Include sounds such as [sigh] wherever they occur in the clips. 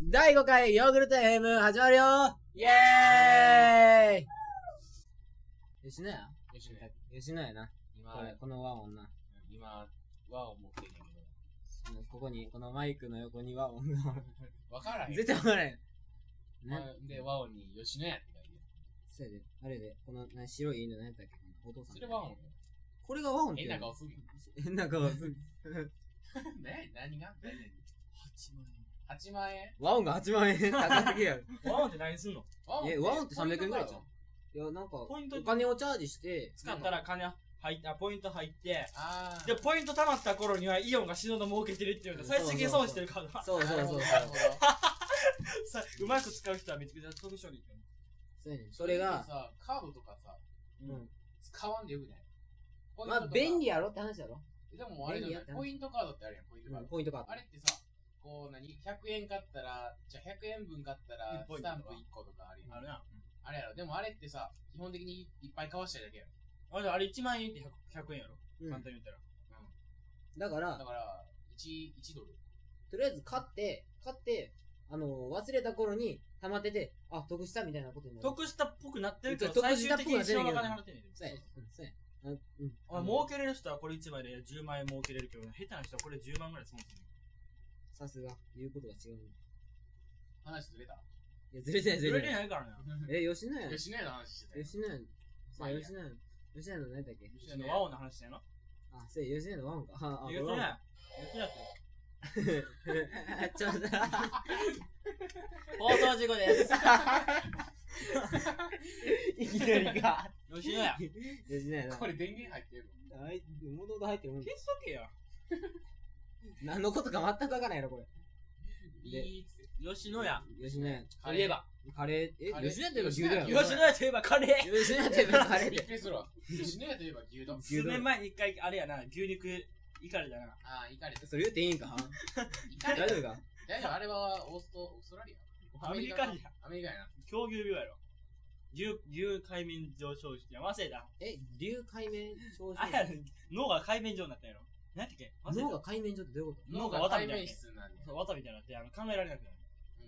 第5回ヨーグルト FM 始まるよイェーイ吉野家吉野家吉野家な。今、これ、この和音な。今、和を持ってるけど、ここに、このマイクの横に和音が。わからへん。絶対わからへん。まね。で、和音に吉野家って書いてる。そうやで。あれで、この、な白い犬何やったっけお父さん。それ和音。これが和音って変言うなの顔すんの。変な顔。ね何が8万 ?8 万円。円和音が8万円高すぎやろ。ワンって何すんの和え和音って300円ぐらいよいや、なんか、おポイント金をチャージして、使ったら金入って、あ、ポイント入って、あで、ポイント貯まった頃にはイオンが死ぬの儲けてるっていうか、最終的に損してるから、そうあ。そうそうそう。 [laughs] さうまく使う人はめちゃくちゃ特殊に。そうやねんそれが、さ、カードとかさ、うん。使わんでよくないまあ、便利や。やろって話やろ。でもあれじゃない。ポイントカードってあるやん、ポイントカード。ポイントカードあ。れってさ、こう何 ?100 円買ったら、じゃあ100円分買ったら、スタンプ1個とかあるやん。あるな。あれやろ。でもあれってさ、基本的にいっぱい買わしたいだけやろ。あ、じゃああれ1万円って 100, 100円やろ、うん簡単に言ったら。だから、だから、1、1ドル。とりあえず買って、買って、あのー忘れた頃に溜まってて、あ、得したみたいなことになる。得したっぽくなってるけど、得最した終っぽく的なってるけどに一緒の金払ってんねんで。そうや、うん、そうや。あうん。俺、儲けれる人はこれ1枚で10万円儲けれるけど、下手な人はこれ10万ぐらい損する。さすが、言うことが違うね。話ずれた。いや、ずれてない、ずそれてれでない。ないからな。 [laughs] え、吉野家吉野家の話してたよ。吉野家さまああ、いいや吉野家吉野家の何やったっけ吉そ野の家ワオの話だよな。あ、そうや、吉野家のワンか。あ、あ言うとね、言うとね、俺 [laughs] ちょっと、放送事故 [laughs] です。いきなりか。吉野家。吉野家な。これ電源入ってるあい、もともと入ってるもん。消しとけよ。何のことか全くわからんやろ、これ。のいいっつって。吉野家。吉野家。カレーば。カレー、カえ、レー吉野家って言うと牛丼やろ。吉野家といえばカレー。吉野家って言うとカレーっびてっ。くりするわ。吉野家といえば牛丼。牛数丼年前に一回、あれやな、牛肉いかれたな。ああ、イカれた。それ言っていいんかイカ大れ丈。た夫か大丈夫、あれはオースト、オーストラリアアメリカじゃん。アメリカやな。狂牛病やろ。牛、牛海面上昇式。や、忘れた。え、流海面症あやね脳が海面上になったやろ。何やったっけ忘れ脳た。が海面上ってどういうこ脳脳がが対綿面みたいな質なんで。そう、わたみたいになって、あの、考えられなくなうる。ん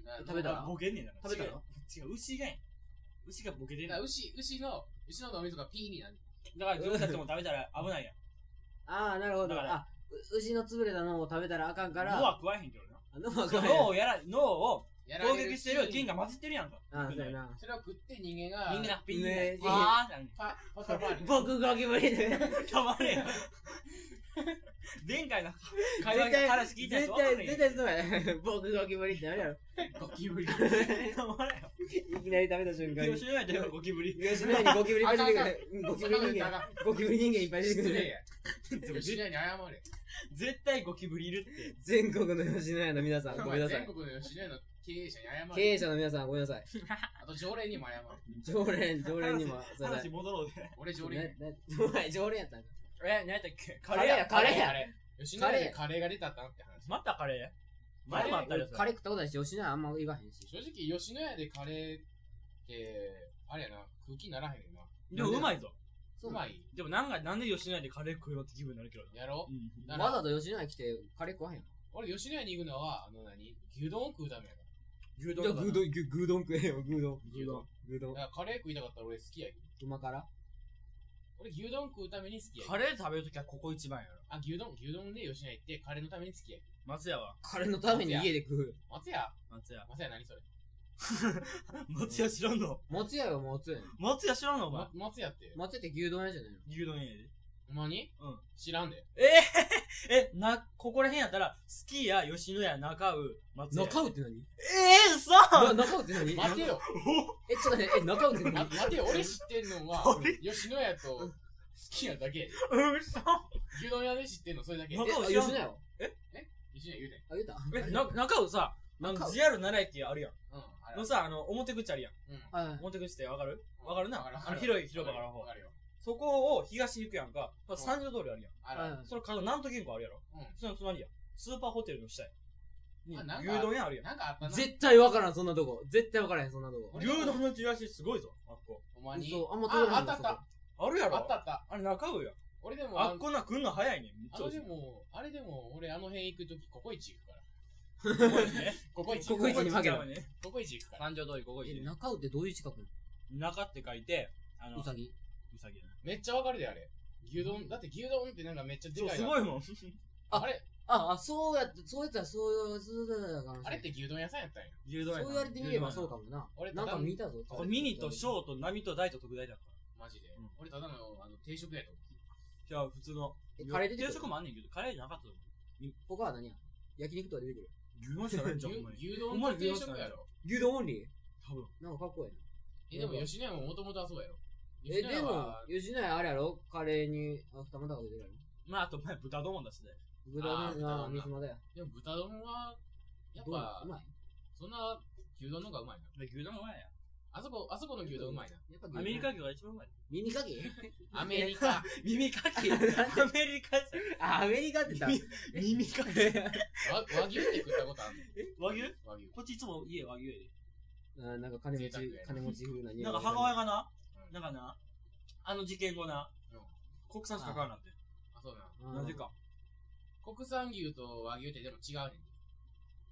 だから食べたらボケんねんだから。食べたの違う、違う牛がやん。牛がボケてんねん。だからだ牛、牛の、牛の脳みそがピーになる。から自分たちも食べたら危ないやん。とああ、なるほど。だからあ、う牛の潰れた脳を食べたらあかんから。脳は食わへんけどな。あ脳はそう怖い脳をやら、脳をやら攻れ撃してる菌が混じってるやんか。ああ、そうやな。それを食って人間が、みんながピンねで。あーなんねパ、パタパーに。僕ゴキブリで。た [laughs] まれよ。前回の会話絶の対、話聞いたやつ絶分か対、る絶対そうや。僕ゴキブリってなるやろ。ゴキブリ。 [laughs] たまれよ。いきなり食べた瞬間に。吉野家でゴキブリ。吉野家にゴキブリいっぱい出てくあかる。うんゴキブリ人間。間。ゴキブリ人間いっぱい出てく失礼る。 [laughs] や。吉野家に謝れ。 [laughs] 絶対ゴキブリいるって。全国の吉野家の皆さん、ごめんなさ全い。国の吉野家の経営者に謝経れ。営者の皆さん、ごめんなさい。あと常連にも謝れ。常連、常連にも、すいませ話ん。戻ろうで。俺常連。ななお前、常連やったんか。え、何やったっけカレーやカレーや吉野家でカレーが出たったなって話。またカレー前もあった俺やつ。カレー食ったことないし、吉野家あんま行かへんし。正直、吉野家でカレーって、あれやな、空気にならへんねんな。でもうまいぞ。そううなまんい。でもなんかなんで吉野家でカレー食うよって気分になるけどな。やろうんだかわらざと吉野家来て、カレー食わへん。俺、吉野家に行くのは、あの何、牛丼を食うためやから。牛じゃあ、丼グーとかドン、ググードン食えよ、グードン。牛丼。グードンだ。からカレー食いたかったら俺好きやけど。うまから俺、牛丼食うために好きやけどカレー食べるときはここ一番やろ。あ、牛丼、牛丼で吉野家行って、カレーのために好きやけど。松屋は。カレーのために家で食う。松屋松 [laughs] 屋。松屋何それ松屋知らんの松屋よ、松屋。松屋知らんのお前ま。松屋って。松屋って牛丼屋じゃないの牛丼やで。ほんまにうん。知らんで。えええ、な、ここら辺やったら、スキーや吉野家、中尾、松屋。中尾って何ええ嘘な中尾って何待てえ、よちょっと待 [laughs] って、え、中尾ってま何待てよ俺知ってんのは、吉野家と好きなだけやで。嘘牛丼屋で知ってんのそれだけ。中尾え、知らん吉野家よ。吉野家言うてん。あげたえ、な、中尾さ、なん中か尾 JR 奈良駅あるやん。うん。あれのさ、あの、表口あるやん。うん。はい。表口ってわかるわかるなわかるわあかるの広い広場からほうわかるよ。そこを東行くやんか。三条通りあるやん。あはら。いその角、南都銀行あるやろ。うんその隣や。スーパーホテルの下や。にあなんか牛丼屋あるやん。なんかあったな。絶対わからん、そんなとこ。絶対わからへん、そんなとこ。俺牛丼のチラシすごいぞ、あっこ。ほんまに。嘘あんま通らへんああったあった。あるやろあったあった。あれ中尾やん。俺でも、ああっこな、来んの早いねん。めっあちゃの美味しでい。も、あれでも、俺あの辺行くとき、ここ一行くから。コ [laughs] コイチね。ココイチ。ココイチに負けたココイチちゃうねココイチ行くから。三条通りここえ行って。中尾ってどういう近く中って書いて、あの、うさぎうさぎだなめっちゃわかるで、あれ。牛丼、だって牛丼ってなんかめっちゃでそう、かいすな。ごいもん。あれ、あ、あ、そうやって、そうやったらそういう、そうやったらかもしれないあれって牛丼屋さんやったんや。牛丼そうやな言われてみればそうかもな俺。なんか見たぞ。これミニと小と波と大と特大だかマジでうん。俺ただの、あの、定食やと思ってら。いや、普通の。えカレー出てく定る食もあんねんけど、カレーじゃなかったと思う。他は何や焼肉とか出てくる。牛丼しかない [laughs] んじゃん、お前。牛牛丼と定食やろ。牛丼オンリ多分。ーなんかかっこええ、でも吉野家ももともとはそうやろ。えな。え、吉野で家もは、吉野家あれやろカレーに、あ、二股が出てるやろまあ、あと前豚丼も出してたよ豚丼な、あー豚丼な三島だよ。でも豚丼は、やっどうなぱのう、まいそんな牛丼の方がうまいな。牛丼うまいやあそこ、あそこの牛丼うまいな。やっぱ牛ん。丼アメリカ牛が一番うまい。耳 [laughs] かきアメリカ。耳か [laughs] きアメリカあ、アメリカってさ、 [laughs] [laughs] 耳かきわ和牛って食ったことあんの [laughs] 和牛和牛。こっちいつも家和牛やあなんか金持ち贅沢や、な金持ち風な匂で。い。なんか母親がな、うんなんかな、あの事件後なうん、国産しか買わなって。あ、そうな。うんなぜ。か。国産牛と和牛ってでも違うねん。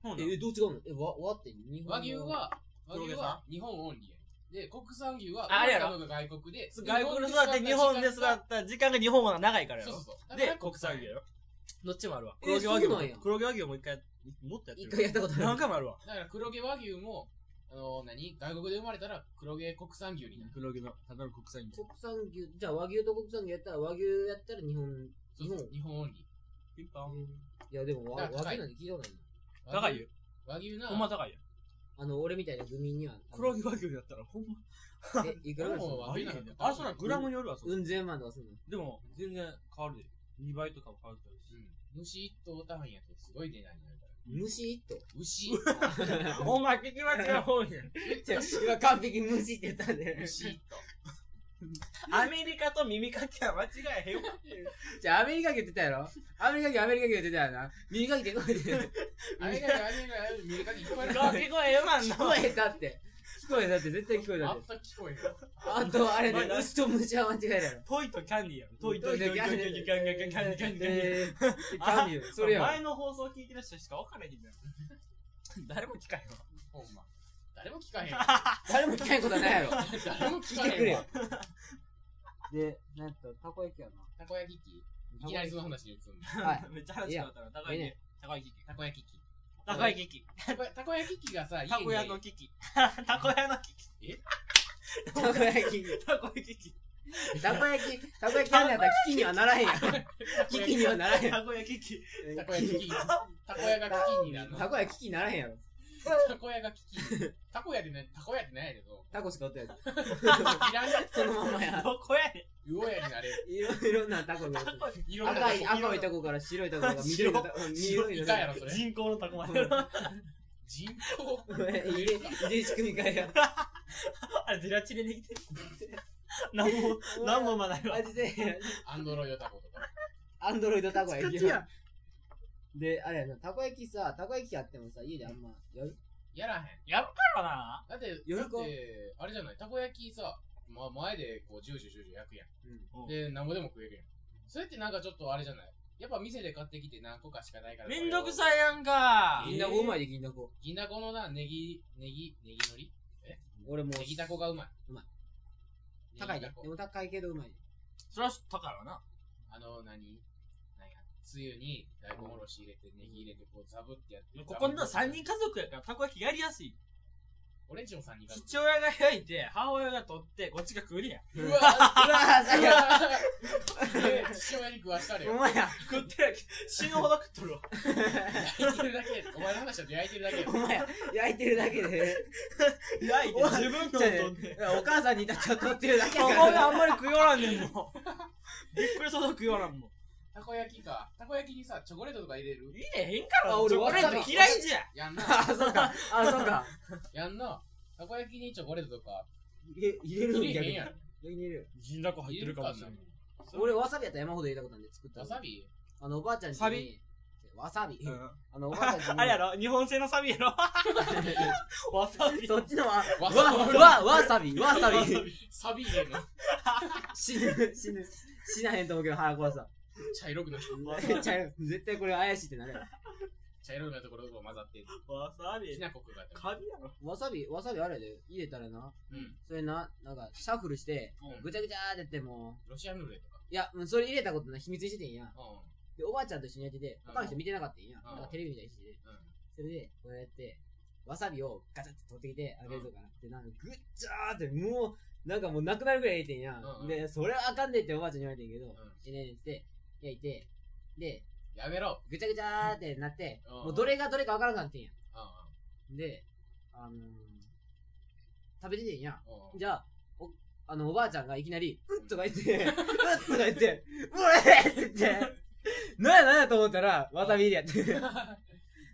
ほんなえ、どう違うのえ、わ、わって日本和牛は、和黒毛牛さんは日本オンリーやねん。で、国産牛は、ああれやろ生まれたのが外国で、外国で育って日本で育った時間が日本は長いからやそうろそう。そう。だでか、ら国産牛やろ。どっちもあるわ。え黒毛和牛そうなんやも。黒毛和牛も一回、もっとやって一る。回やったことあ何る。回もあるわ。だから黒毛和牛も、あの、何外国で生まれたら黒毛国産牛になる。黒毛の、ただの国産牛。国産牛、じゃあ和牛と国産牛やったら和牛やったら日本、そうそう、日本オンリピンポン。いやでも和だか和ら高い牛なんて聞いたことないな。ー。高いよ。和牛な、ほんま高いよ。あの、俺みたいなグミには。黒毛和牛だったらほんま。え、いくらぐらいするもうの和牛あなんりえへかんねあれそらグラムによるわ、それうん、千万とかするのでも、全然変わるで。2倍とかも変わると思うしうん。牛一頭単位やとすごい値段になるから。虫一頭。牛、お前、聞き間 [laughs] 違う方やん。じゃあ、今完璧虫って言ったんで。牛一頭。アメリカと耳かきは間違えへん [laughs] わ。じゃあ、アメリカ牛って言ったやろアメリカ牛、アメリカ牛って言ったやな。耳かきってこえて。あれが、あれが、見る限り聞こえる。黒毛声えまん聞な。こえたって。聞こえたって、絶対聞こえたあっ。ってた聞こえへんわ。あと、あれまね、だ牛と虫は間違えるやろ。トイとキャンディーやろ。トイトイトイトイトイトイキャンディーキャンディーキャンディーキャンディーキャンディーキャンえー、キャンディディーキャンディーキャンディー。ーそれやろ前の放送聞いてる人しか分からへんじゃん。 [laughs] 誰も聞かへんわ。ほんま。誰も聞 [laughs] [laughs] かへんわ。誰も聞かないことはないやろ。誰も聞か聞いてくへれんよわ。。で、なんと、たこ焼きやたこ焼き器いな。きなりその話に移ん [laughs] の。はい。めっちゃ話変わったな。高いいいねね。高いキキ。たこ焼き器。高いキキ。たこたこ焼き器がさ、家たにこ屋のキキ。たこ屋のキキ。たこ焼き。たこ屋キキ。たこ焼き、たこ焼きなんだったら危機にはならへんやん。危機にはならへん。たこ屋キキ。たこ焼き器。たこ屋が器になるの。たこ焼きにならへんやろ。たこ屋が危機に。たこ屋でね、たこ屋ってないけど、タコしかおったやん。いらんやそのままや。どこやねつ、魚屋になれる。いろいろなタコがおっん。たたこいろんな赤い、赤いタコから白いタコから緑のタコ、白緑いのかタやろ、それ。人工のたこまで。人口。コ。入れ、入れ仕組みかや。 [laughs] あれ、ゼラチンでできてる。なんも、なんもまだよ。味せえへん。アンドロイドタコとか。アンドロイドたこカ焼チきやや。で、あれやな、たこ焼きさ、たこ焼きあってもさ、家であんま、やるやらへん。やろうかなだって、夜だっかて、あれじゃない、たこ焼きさ、まあ、前でこう、ジュージュージュージュー焼くやうんん。で、なんぼでも食えるやん。それってなんかちょっとあれじゃないやっぱ店で買ってきて何個かしかないから。めんどくい。さいやんかえ。銀だこうまいで銀だこ。銀だこのな、ネギ、ネギ、ネギのり俺もうネ、ギだこがうまい。うまい。高高いいだね。こで。も高いけどうまい。そら、高いわな。あの、何何や。つゆに大根おろし入れて、ネギ入れて、こう、ザブってやって。ここの3人。家族やから、たこ焼きやりやすい。俺んちも3人家族。父親が焼いて、母親が取って、こっちが食うねやん。うわうぁわ [laughs] ぁ、最悪。父親に食わしたれおよ。前や。食ってるやけ。死ぬほど食っとるわ。焼いてるだけ。お前の話だと焼いてるだけお。前焼いてるだけで。焼いて、自分のじゃあね取って。お母さんに至っちゃ取ってるだけこやこかでら。あんまり食いおらんねん [laughs] もん。びっくりするほど食いおらんもん。たこ焼きか。たこ焼きにさ、チョコレートとか入れる入れへんから、あ俺チョコレートわかんない嫌いじゃ。やんな。あ、そうか。あ、 [laughs] そうか。やんな。たこ焼きにチョコレートとか入れ、入れる入れへんやん。入れる。銀だこ入ってるかもしれない。俺、わさびやったら山ほど入れたことあるんで作ったわのさびあの、おばあちゃんちサにビ、わさび。うんあの、おばあちゃんちに。あれやろ日本製のサビやろ [laughs] わさび。そっちのわ、わわ、さびわ、わさび、わさわさび。サビ入れんの。死ぬ、死ぬ。死なへんと思うけど、腹壊さ。茶色くなって [laughs] る。ちゃう絶対これ怪しいってなるやろ。茶色のところが混ざってる。わさびき。なこくがあってカビやろ。わさび、わさびあれで入れたらな、うん。それな、なんかシャッフルして、うんぐちゃぐちゃーってやってもロシアンルーレットか。う、いや、うんそれ入れたことない秘密にしててんや。うで、おばあちゃんと一緒にやってて、うん他の人見てなかったんや。うんなんかテレビみたいにしてて。ん。うん。それで、こうやって、わさびをガチャって取ってきて、あ、冷蔵庫から。で、なんか、ぐっちゃーって、もう、なんかもうなくなるぐらい入れてんや。うんうんで、それはあかんでっておばあちゃんに言われてんけど、うえねえねって、焼いて、で、やめろ。ぐちゃぐちゃーってなって、うんもうどれがどれかわからんくなってんや。うで、あのー、食べててんや。ん。うん。うん。じゃあ、お、あの、おばあちゃんがいきなり、うんとか言って、 [laughs] うんとか言って、うえーって言って、なんやなんやと思ったら、わさび入れやって。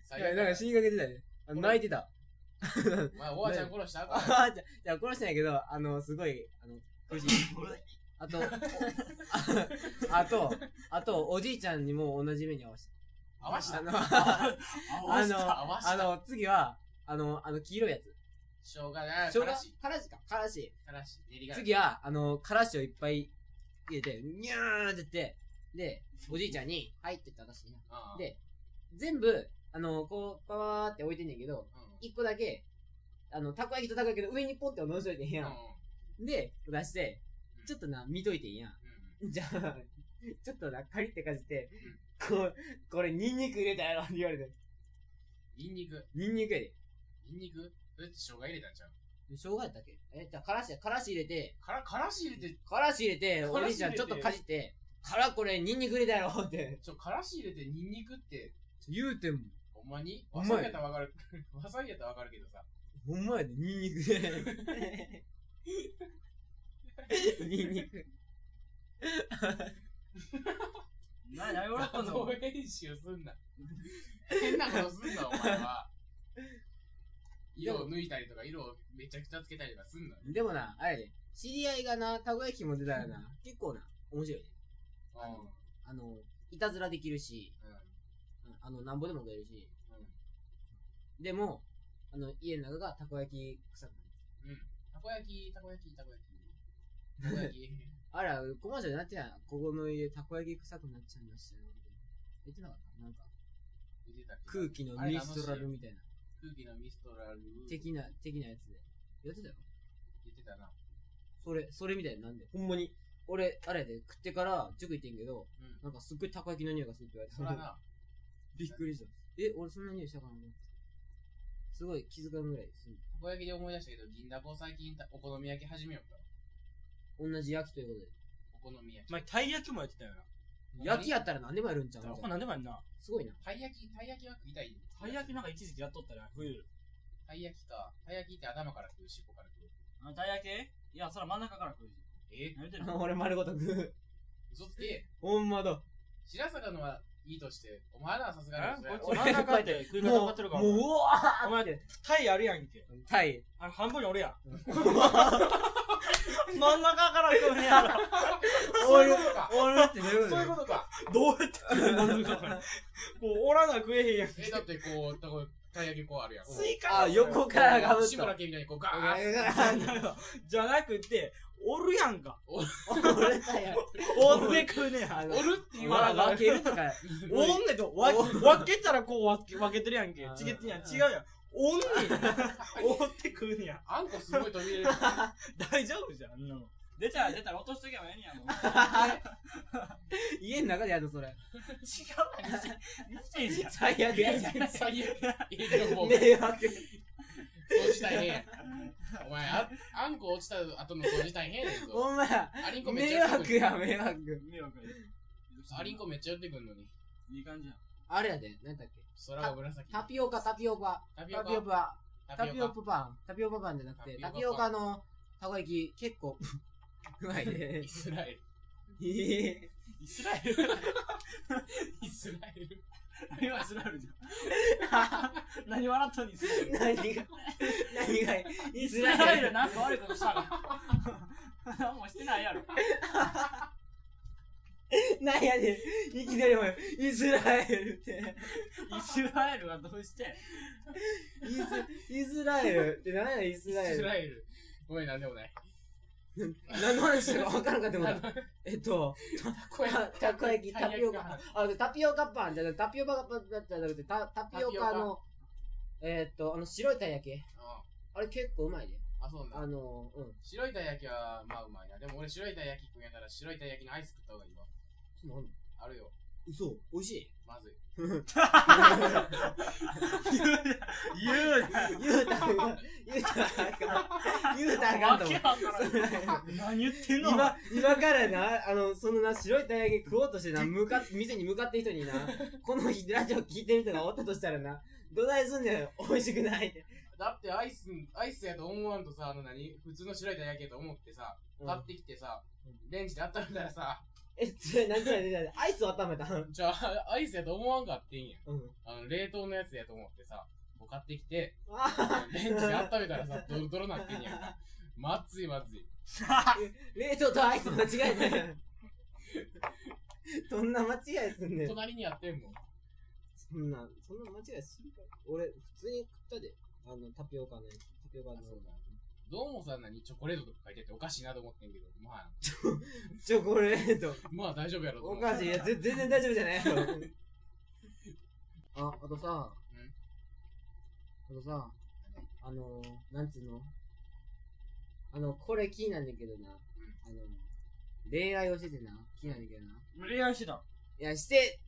最いや悪なんだか死にかけてたね。あの泣いてた。お前、おばあちゃん殺したらああかん。あ、じゃ、じゃ殺してないけど、あの、すごい、あの、苦 [laughs] しい。あ [laughs] と、ああと、あと、おじいちゃんにも同じ目に合わせ。合わしたあた。の、合わあしのた。合わしあた。の、次は、あの、あの、黄色いやつ。しょうがない。生姜からし。からしか。からし。からし。練りが。次は、あの、からしをいっぱい入れて、にゃーって言って、で、おじいちゃんに、はいって言って私に。うん。で、全部、あの、こう、パワーって置いてんねんけど、うん、一個だけ、あの、たこ焼きとたこ焼きの上にポンって乗せといてんうや。ん。うんで、出して、うんちょっとな、見といてんや [laughs] ん。んじゃあ、ちょっとな、カリってかじって、こう、これニンニク入れたやろって言われて。ニンニク。ニンニクやで。ニンニクそれって生姜入れたんちゃう生姜やったっけえ、じゃあ、からしや、からし入れて、から、からし入れて、からし入れて、かおらじいしちゃ入れてんちょっとかじって、からこれニンニク入れたやろって。ちょ、からし入れてニンニクって、言うても、ほんまにほわんまさやびやったらわかる。 [laughs] わさびやったらわかるけどさ。ほんまやで、ニン [laughs] ニクで。ニンニク。な、何笑ったの動おい編集すんな。変なことすんな、お [laughs] 前は。色を抜いたりとか、色をめちゃくちゃつけたりとかすんな。でもな、あれやで、知り合いがな、たこ焼きも出たらな、結構な、面白いで。あのあの、いたずらできるし、うんあの、なんぼでも食えるし、でも、あの、家の中がたこ焼き臭くなる。たこ焼き、たこ焼き、たこ焼き。たこ焼き。あら、コマーシャルになってないここの家、たこ焼き臭くなっちゃいましたよ。言ってなかったなんか、見てたっけ空気のミストラルみたいな、空気のミストラル。的な、的なやつで。やってたよ。言ってたな。それ、それみたいな、なんで。ほんまに。俺、あれやで、食ってから塾行ってんけど、うん。なんかすっごいたこ焼きの匂いがするって言われて。そらな。びっくりした。え、俺そんな匂いしたかなと思ってすごい気づかんぐらいする。たこ焼きで思い出したけど、銀だこ最近たお好み焼き始めようか。同じ焼きということで。お好み焼き。前、たい焼きもやってたよな。焼きやったら何でもやるんちゃうこれ何でもやんな。すごいな。たい焼き、たい焼きは食いたい。たい焼きなんか一時期やっとったな、冬。たい焼きか。たい焼きって頭から食う、尻尾から食う。あたい焼きいや、そら真ん中から食うし。え何言ってんの [laughs] 俺丸ごと食う。嘘つけ。ほんまだ。白坂のはいいとして、お前らはさすがに嘘や [laughs] えろこいつ [laughs] 真ん中って食い方分かってるかもう、もう、うら。わお前、タイあるやんけ。ータイ。あの、半分に俺 [laughs] やん。真ん中から食うんやろ。そういうことか。俺ってどういうことそうだいうよことか。どうやって食うの真ん中から。こう、おらな食えへんやん。え、だってこう、たこたい焼きこうあるやん。スイカあ、横からかぶっ志村た。けんみたいにこうガーッじゃなくて、おるやんか。俺だよ。おんで食うねや。あのおるって言うまわあ、な分けるとか。おんねとわおん分けたらこう分け分けてるやんけうん。ちげってんやん。違うやん。おんね [laughs] ん。おって食うねや。あんこすごい飛び出る。大丈夫じゃん、あんなの。出たら出たら落としとけばええねやもん。家の中でやるそれ。違う [laughs] やん。店じゃん。最悪やじゃ [laughs] ん。最悪。ええでももう、迷惑。掃除大変 [laughs] や。お前、ああんこ落ちた後の掃除大変やねんぞ。ほんまや。アリンコめっち迷ゃ寄って惑くる。や、迷惑。迷惑やでアリンコめっちゃ寄ってくんのに。いい感じやん。あれやで、なんだっけ。空が紫。タピオカ、タピオカ。タタピオカ。タピオカ。カパン。タピオカパンじゃなくて、タタピピオオカパンカのたこ焼き、結構、うまいね [laughs] イ。スラエル。えイスラ [laughs] エルイスラエル。何はスラルじゃん。 [laughs] 何笑ったんですー何が、何が、イスラエル。なんか悪いことしたら。何もしてないやろ。なんやで、いきなりお前、イスラエルって。イスラエルはどうしてイス、イスラエルって何やイスイラエスル。ラエル。ごめん、なんでもない。何の話したか分からんかってもうたたえっと、こたたこ焼き、タピオたカ。あ、でタピオカパンじゃなくて、タピオカパンじゃなくて、タタピオカの、えっと、あの、白いたい焼き。うあれ結構うまいで。んあ、そうあなんだ。の、うん。白いたい焼きは、まあうまいな。でも俺白いたい焼き食うんやったら白いたい焼きのアイス食った方がいいわ。そんなのあんのあるよ。嘘美味しいまずい。言言うなうたらあかん、言うたらあかん。言うたらあかんと思う。何言ってんの今、今からな、あの、そのな、白いたい焼き食おうとしてな、向かっ、店に向かってる人にな、このラジオ聞いてる人がおったとしたらな、どないすんねん、美味しくないって。だってアイス、アイスやと思わんとさ、あの何普通の白いたい焼きやと思ってさ、うん買ってきてさう、レンジで温めたらさ、え、それ、何それ、何それアイスを温めたんじゃあアイスやと思わんかってんや。うん。あの、冷凍のやつやと思ってさ、こう買ってきて、あレンジで温めたらさ、ドロドロなってんやんか。まずいまずい。あ、冷凍とアイス間違えたやん。どんな間違いすんねん。隣にやってんもん。そんな、そんな間違いするか俺、普通に食ったで。あの、タピオカのやつ。タピオカのあ。そうだどうもさ、何チョコレートとか書いてておかしいなと思ってんけど、まあ、チョコレート。 [laughs] まあ大丈夫やろとお思っかて。しい。いや、ぜ全然大丈夫じゃないやろ。 [laughs] あ、あとさ、うんあとさ、あのー、なんつうのあの、これ気になんだけどな。あの、恋愛をしててな。気になんだけどな。恋愛してたんいや、して、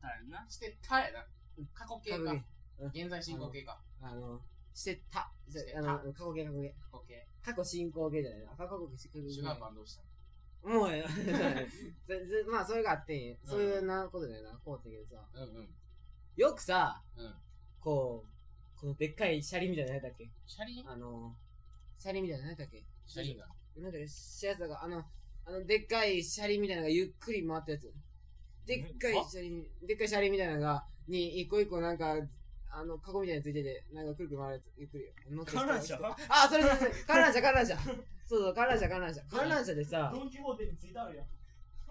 だよなしてたやな。過去形過去か形。現在進行形か。あの、してた。してたあの、過去形過去形。過去形。過去進行形じゃないな。過去形過去シ形ュガーパンどうしたのもう [laughs] ええ全然、まあ、それがあってんやそういうなことだよな、こうってんけどさ。うんうん。よくさ、うんこう、このでっかい車輪みたいなのやったっけ車輪あの、車輪みたいなのやったっけ車輪が。なんだっけ、シャツが、あの、あの、でっかい車輪みたいなのがゆっくり回ったやつ。でっかい車輪、でっかい車輪みたいなのが、に、一個一個なんか、あの、カゴみたいについてて、なんかくるくる回るやつ、ゆっくり。乗ってきて観覧車ああ、それそれそれ、観覧車、観覧車。そうそう、観覧車、観覧車。観覧車でさ、ン・キホーテについてあるやん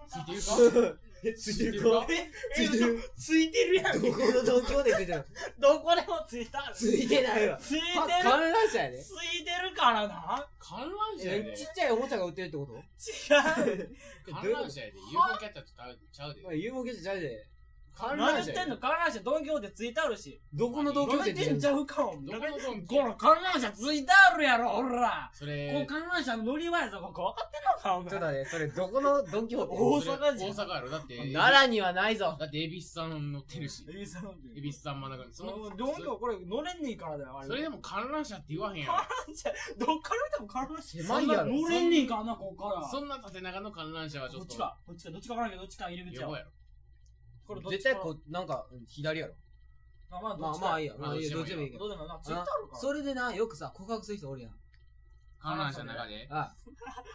ついてる [laughs] え、ついてるかかえついてる嘘ついてるやんどこの東京でついてるのどこでもついてあるついてないわ。ついてある観覧車やでつ。いてるからな [laughs] 観覧車やえでち。っちゃいおもちゃが売ってるってこと違う観覧車やで。UFO キャッチャーとちゃうで。お前 UFO キャッチャーちゃうで。観何覧言車ってやんでの。観覧車ドン・キホーテついてあるしどこの東京舐でめついててんるちゃうかどお前このドンキこの観覧車ついてあるやろほらそこれ、の観覧車の乗り場やぞここ分かってんのちょっかとね、それどこのドンキホーおテ大阪じゃん大阪やろ。だって、奈良にはないぞ。だって、恵比寿さん乗ってるしお。前えさん恵比寿さん真ん中に。そそのの、ドンキホーテこれ乗れんねえからだよあれそれでも観覧車って言わへんやろ。どっから見ても観覧車狭いやろそんな乗れんねんからなここからそんな縦長の観覧車はちこょっっと。ちかこっちかどっちか分からんけどどっちか入り口ややばわいやろ。これどっち絶対こう、なんか、うん左やろ。まあまあまどっあちまかあいいや。まあいいや、どどっっちでちでもいもいいいけどど。うでもなツイッターあるからそれでな、よくさ、告白する人おるやん。観覧車の中で。あ、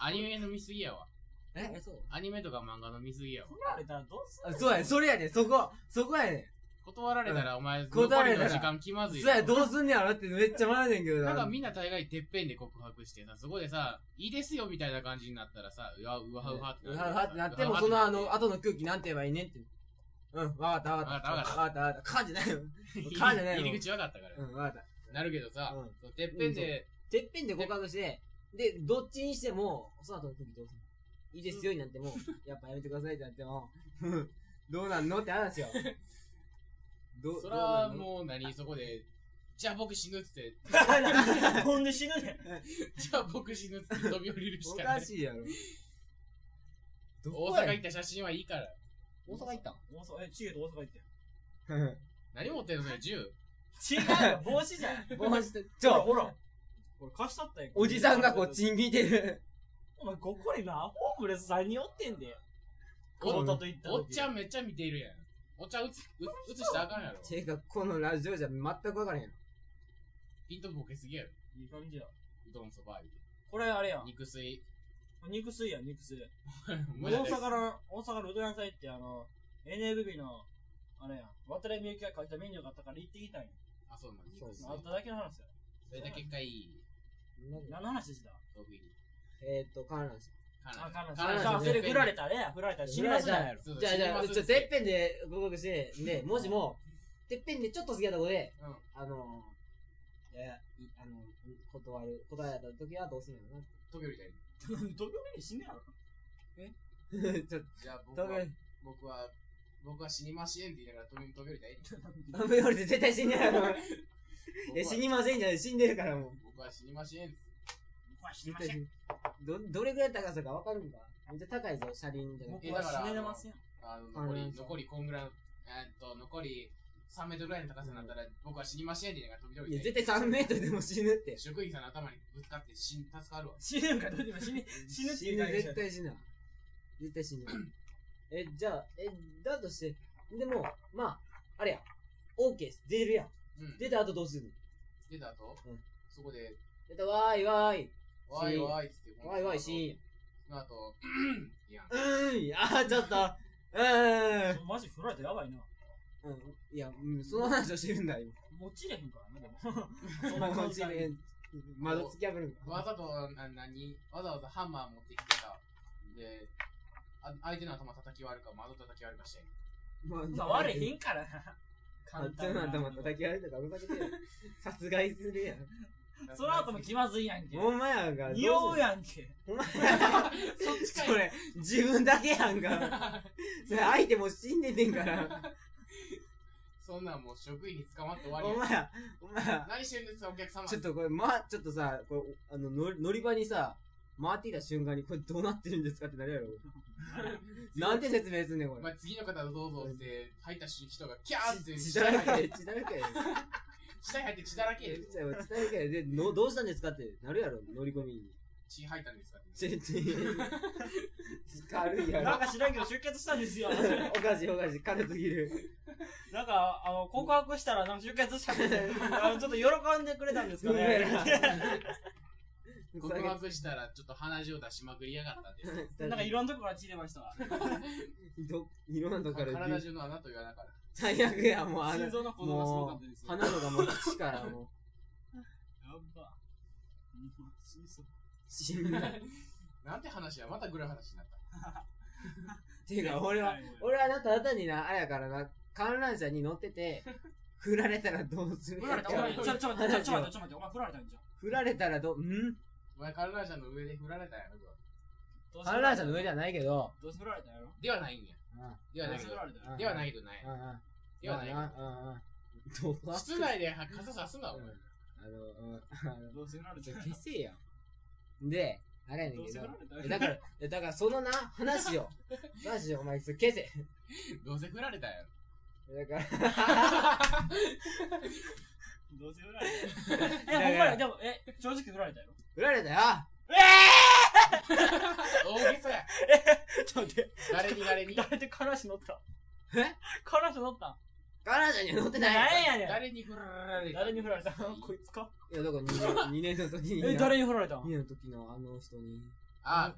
アニメの見すぎやわ。え、えそうアニメとか漫画の見すぎやわ。振られたらどうすあるそうやね、それやね、そこ、そこやね。断られたらお前、断残られりたらの時間気まそずいうよや、どうすんねやろってめっちゃ学んねんけどなんかな。みんな大概てっぺんで告白してさ、そこでさ、いいですよみたいな感じになったらさ、うわ、うわうわってうなるわってなっても、そのあの、後の空気なんて言えばいいねんって。うん、わかったわかった。わかったわかったわかった。かんじゃないよ。 [laughs] かんじゃないよ。入り口分かったからう。ん、わかった。なるけどさうん、そうてっぺんで、てっぺんで告白して、で、どっちにしても、その後の空気どうするのいいですよになっても、やっぱやめてくださいってなっても、 [laughs] どうなんのって [laughs] 話よ。どそらうもう何、そこで、じゃあ僕死ぬっつって、ほんで死ぬねんじゃあ僕死ぬっつって飛び降りるどしうかなんのおなかい。しいやろ。ど大こ阪や行った写真はいいから。大阪行ったん大阪えチゲと大阪行って [laughs] 何持ってんのそれ、銃ん [laughs] 違うよ帽子じゃん帽子とちちょょ、ほらこれ貸したったよおじさんがこっち見てる。お前ここになホームレス3人おってんでおこのと行った時おっちゃんめっちゃ見ているやん。お茶うつ、うつ、うつしたらあかんやろ。ていうか、このラジオじゃ全くわからへんの。ピントボケすぎやろ。いい感じやうどんそば言うて、これあれやん肉吸い。肉水やん肉水無大駄です阪の、大阪のうどん屋さん行って、あの、NABB の、あれやん、渡辺美幸が書いたメニューがあったから行ってきたんや。あ、そうなんそうですだあっただけの話や。それだけかい、何の話してた得意に。えーっと、観覧車。あ、彼女。彼女さあそれ振られた。たらあれや、振られたら死にますじゃんやろ。じゃあ、じゃあ、ちょ、てっぺぺんで合格して、で、文字も、てっぺんでちょっと過ぎたとこで、うんあのー、いや、いあの、断る、断られた時はどうすんのやろなって。トゲみたいに。どこに死んねやろ。ちょっじゃあ僕と、トは、ゲ、僕は、僕は死にましえんって言いながらトゲトゲみ [laughs] たいに。ダメより絶対死んね [laughs] やろ。僕え、は死にませんじゃない死んでるからもう。僕は死にましえんっす。僕は死に絶ま対せ死ん。ぬど、どれぐらい高さかわかるんかめっちゃ高いぞ、車輪じゃなく僕て。は死ねれません。あの、観残覧り、車残りこんぐらいの、えーっと、残り3メートルぐらいの高さになったら、僕は死にましえんって言いながら飛び飛いや、び絶対3メートルでも死ぬって。職員さんの頭にぶつかって死ん、助かるわ。死ぬんかどうでも死ね。死ぬって死言うぬ、だけじゃ絶ん対死ぬわ。絶対死ぬ。え、じゃあ、え、だとして、でも、まあ、あれや。オーケーです。出るやん。うん。出た後どうするの出た後、うんそこで、出た、わーいわーい。わいわいっつって、わーいわーい、死ーーン。ン。その後、 [clears throat] いやん。うーん、いやー、ちょっと。うーん。そうマジ振られたらやばいな。うんいや、うん、その話をしてるんだ、今。持ちれへんからな、で [laughs] も。そんなまあ、こ簡っち単にで、窓突き破るのわざと、な、なに、わざわざハンマー持ってきてさ、で、あ相手の頭叩き割るか、窓叩き割るかして。まあそんな割れへんからな。簡単な頭叩き割れたからふざけてよ殺害するやん。 [laughs] その後も気まずいやんけ。ほんまやんか。匂うややんけ。ほんまやんか。そっちかいそれ、自分だけやんか。それ、相手も死んでてんから。 [laughs] そんなんもう職員に捕まって終わりほんやまや、ほんまや。何してるんですか、お客様。ちょっとこれ、ま、ちょっとさ、これ、あの、乗り乗り場にさ、回ってきた瞬間に、これどうなってるんですかってなる [laughs] やろ。なんて説明すんねん、こお前れ。次の方どうぞって、入った人がキャーって、血下だにら入っけで、て、血だらけで。下に入って血だらけで血だらけで、でのどうしたんですかってなるやろ、乗り込みに。血入ったんですかって全然。軽いやなろ [laughs] ん。か知らんけど出血したんですよ。おかしいおかしい、軽すぎる。なんか、あの、告白したらなんか出血したんですよ。あのちょっと喜んでくれたんですかごめんね。告白したら、ちょっと鼻血を出しまくりやがったんです。なんかいろんなとこから血出ましたわ。どいろんなとこから体中の穴と言わながら。最悪や、もうあ心の、臓の鼓動がすごかったですよ。や花のがもう口からもう、ば。死にそう死んだ。なんて話や、またぐらい話になった。ていうか、俺は、、俺はあなた方にな、あれやからな、観覧車に乗ってて、振られたらどうする振られた、お前、ちょ、ちょ、ちょ、ちょ、ちょ、ちょ、待って、ちょ、待って、お前振られたんじゃん。振られたらどう、んお前、観覧車の上で振られたんやろ、こどうせ観覧車の上じゃないけど、どうせ振られたんやろれではないんや。うん、うん、ではどなういせけ振どられたんやうんではないけどない。うん。ではないけど。うん、うん、うん。どう室内で傘さすな、お前。あの、うん、あの、どうせ振られたんや消せやん。で、あれやねろんどうけせど振ら、れたんえやろだから、えだからそのな、話を、話をお前、それ消せ。どうせ振られたんや [laughs] ろ。だから、どうせ振られたんだかやろらえ、ほんまに、でも、え、正直振られたんやろ振られたよ大げさや。えちょっと待って、誰に誰に誰でカラシ乗ったえカラシ乗った観覧車には乗ってない誰いやねん誰に振られた誰に振ら [laughs] れたこいつかいや、だから2年 ,2 年の時にな。え、誰に振られたん ?2 年の時のあの人に、あ、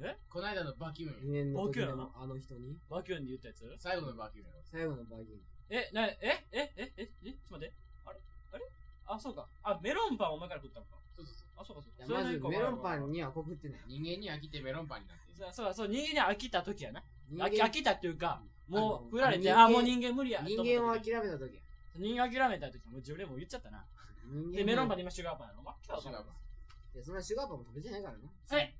えこの間のバキュンや2年の時大きいののあの人に、バキュンで言ったやつ最後のバキュンやろ。最後のバギー。え、な、え、え、え、え、え、ちょっと待って。あれあれあ、そうか。あ、メロンパンお前から食ったのか。そうそうそう。あ、そうか、そういやか。それまのず一個メロンパ前ンには告ってない。人間に飽きてメロンパンになってる。そうそうだそう、人間に飽きた時やな。人飽き飽きたっていうか、あものう振られて、人間あ、もう人間無理や。と思った時人間を諦めた時や。人間諦めた時、もう自分でも言っちゃったな。人間で、メロンパン。ンで今シュガーパンやろ。わっけわかんなシいュガーいや、そんなシュガーパンも食べてないからな。え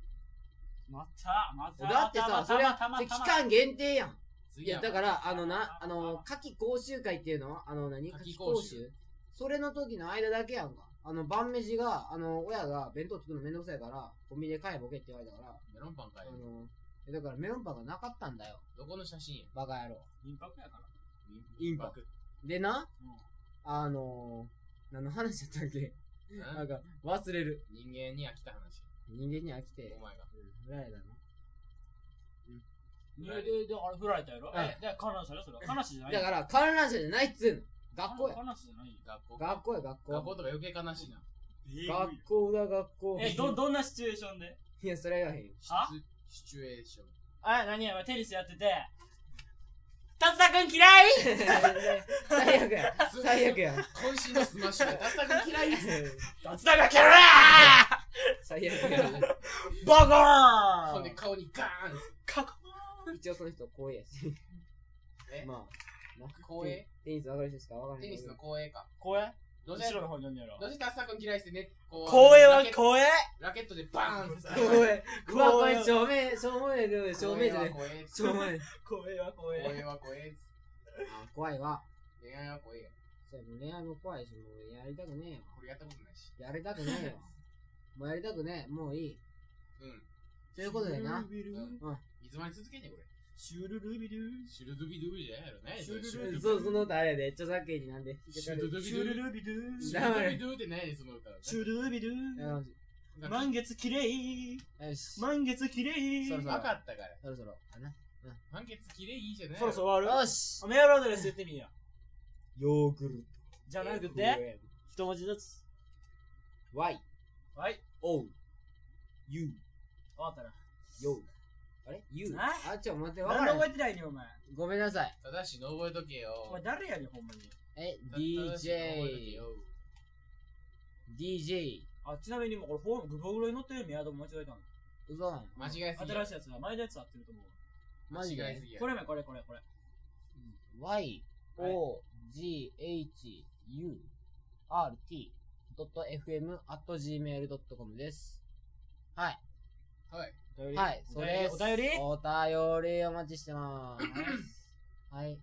また、また、だってまさ、たそれはまたまそれた期また間限定やん。い次や、はだから、あのな、あまたまたの、夏季講習会っていうのあの何、夏夏季季講講習習それの時の間だけやんか。あの、晩飯が、あの、親が弁当作るのめんどくさいから、コンビニで買えボケって言われたから、メロンパンかあよ。の、えだからメロンパンがなかったんだよ。どこの写真やバカ野郎。インパクトやから。インパクでな、うんあのー、何の話やったっけななんんかか、忘れる。人間に飽きた話。人間に飽きてお、前が。振られたの。で、振られでた、であれ振られたやろうんえ、で、観覧車やろそれ。観覧車じゃないだから、観覧車じゃないっつうの。学校や。観覧車じゃないよ。学校。学校や、学学校校。とか余計悲しいな。学校だ、学校。え、ど、どんなシチュエーションでいや、それは言わへんよ。あシチュシチュエーション。あ、何や、テニスやってて、達田くん嫌い最悪や。最悪や。渾身のスマッシュがダサく嫌いです。達田が嫌い最悪や。バほカんでーン顔にガーンかこ一応その人、光栄やし。えまあ、な光栄テニス分かる人しか分からへんテけニど。スの公営か。これどうせ後ろの方に読んでやろどうせタッサ君嫌いしてね、こう怖えわラケ怖えラケットでバーンってさ [laughs] 怖い。うわ、こ怖いれ、照明、しょうもない、照明じゃない。怖えしょうもない。怖えわ怖怖ええわ怖えあ、怖いわ。恋愛は怖えよそうやもう恋愛も怖いし、もうやりたくねえよ。俺やったことないしやりたく [laughs] ねえよ。もうやりたくねえ。もういい。うんということでな。シュルルビルいつまで続けんねんこれシュルルビルシュルドゥビドゥビじゃないやろねシュルドゥビドゥそう、その歌あれやで。著作権になんで。シュルドゥビシドュゥルルビルビシュルドゥビドゥってないねその歌シュルルビルよなんか満月きれいし。よし。満月きれいそうそうわかったからそろそろ。かな。満月綺麗いいじゃないそろそろ終わるよし。メールアドレス言ってみよヨーグルト。じゃなくて一文字ずつ ?Y, はい O, U, 終わったな Yo. あれ ?U? なあ、ちょ、待って、わ何からなで覚えい。てないねんお前ごめんなさい。ただしの覚えとけよお前誰やねんほんまにえ、ただしの覚えとけ DJ よ、 DJ、あちなみにもうこれフォームグログロに載ってるメアドも間違えたのうそん。間違えすぎ新しいやつが前のやつ合ってると思うマジ間違えですぎやこれめこれこれこれ Y, O, G, H, U, R, T, .fm, gmail.com です。はい。はいお便りはい、おそうです。便りお便り [laughs] お便りお待ちしてまーす。はい。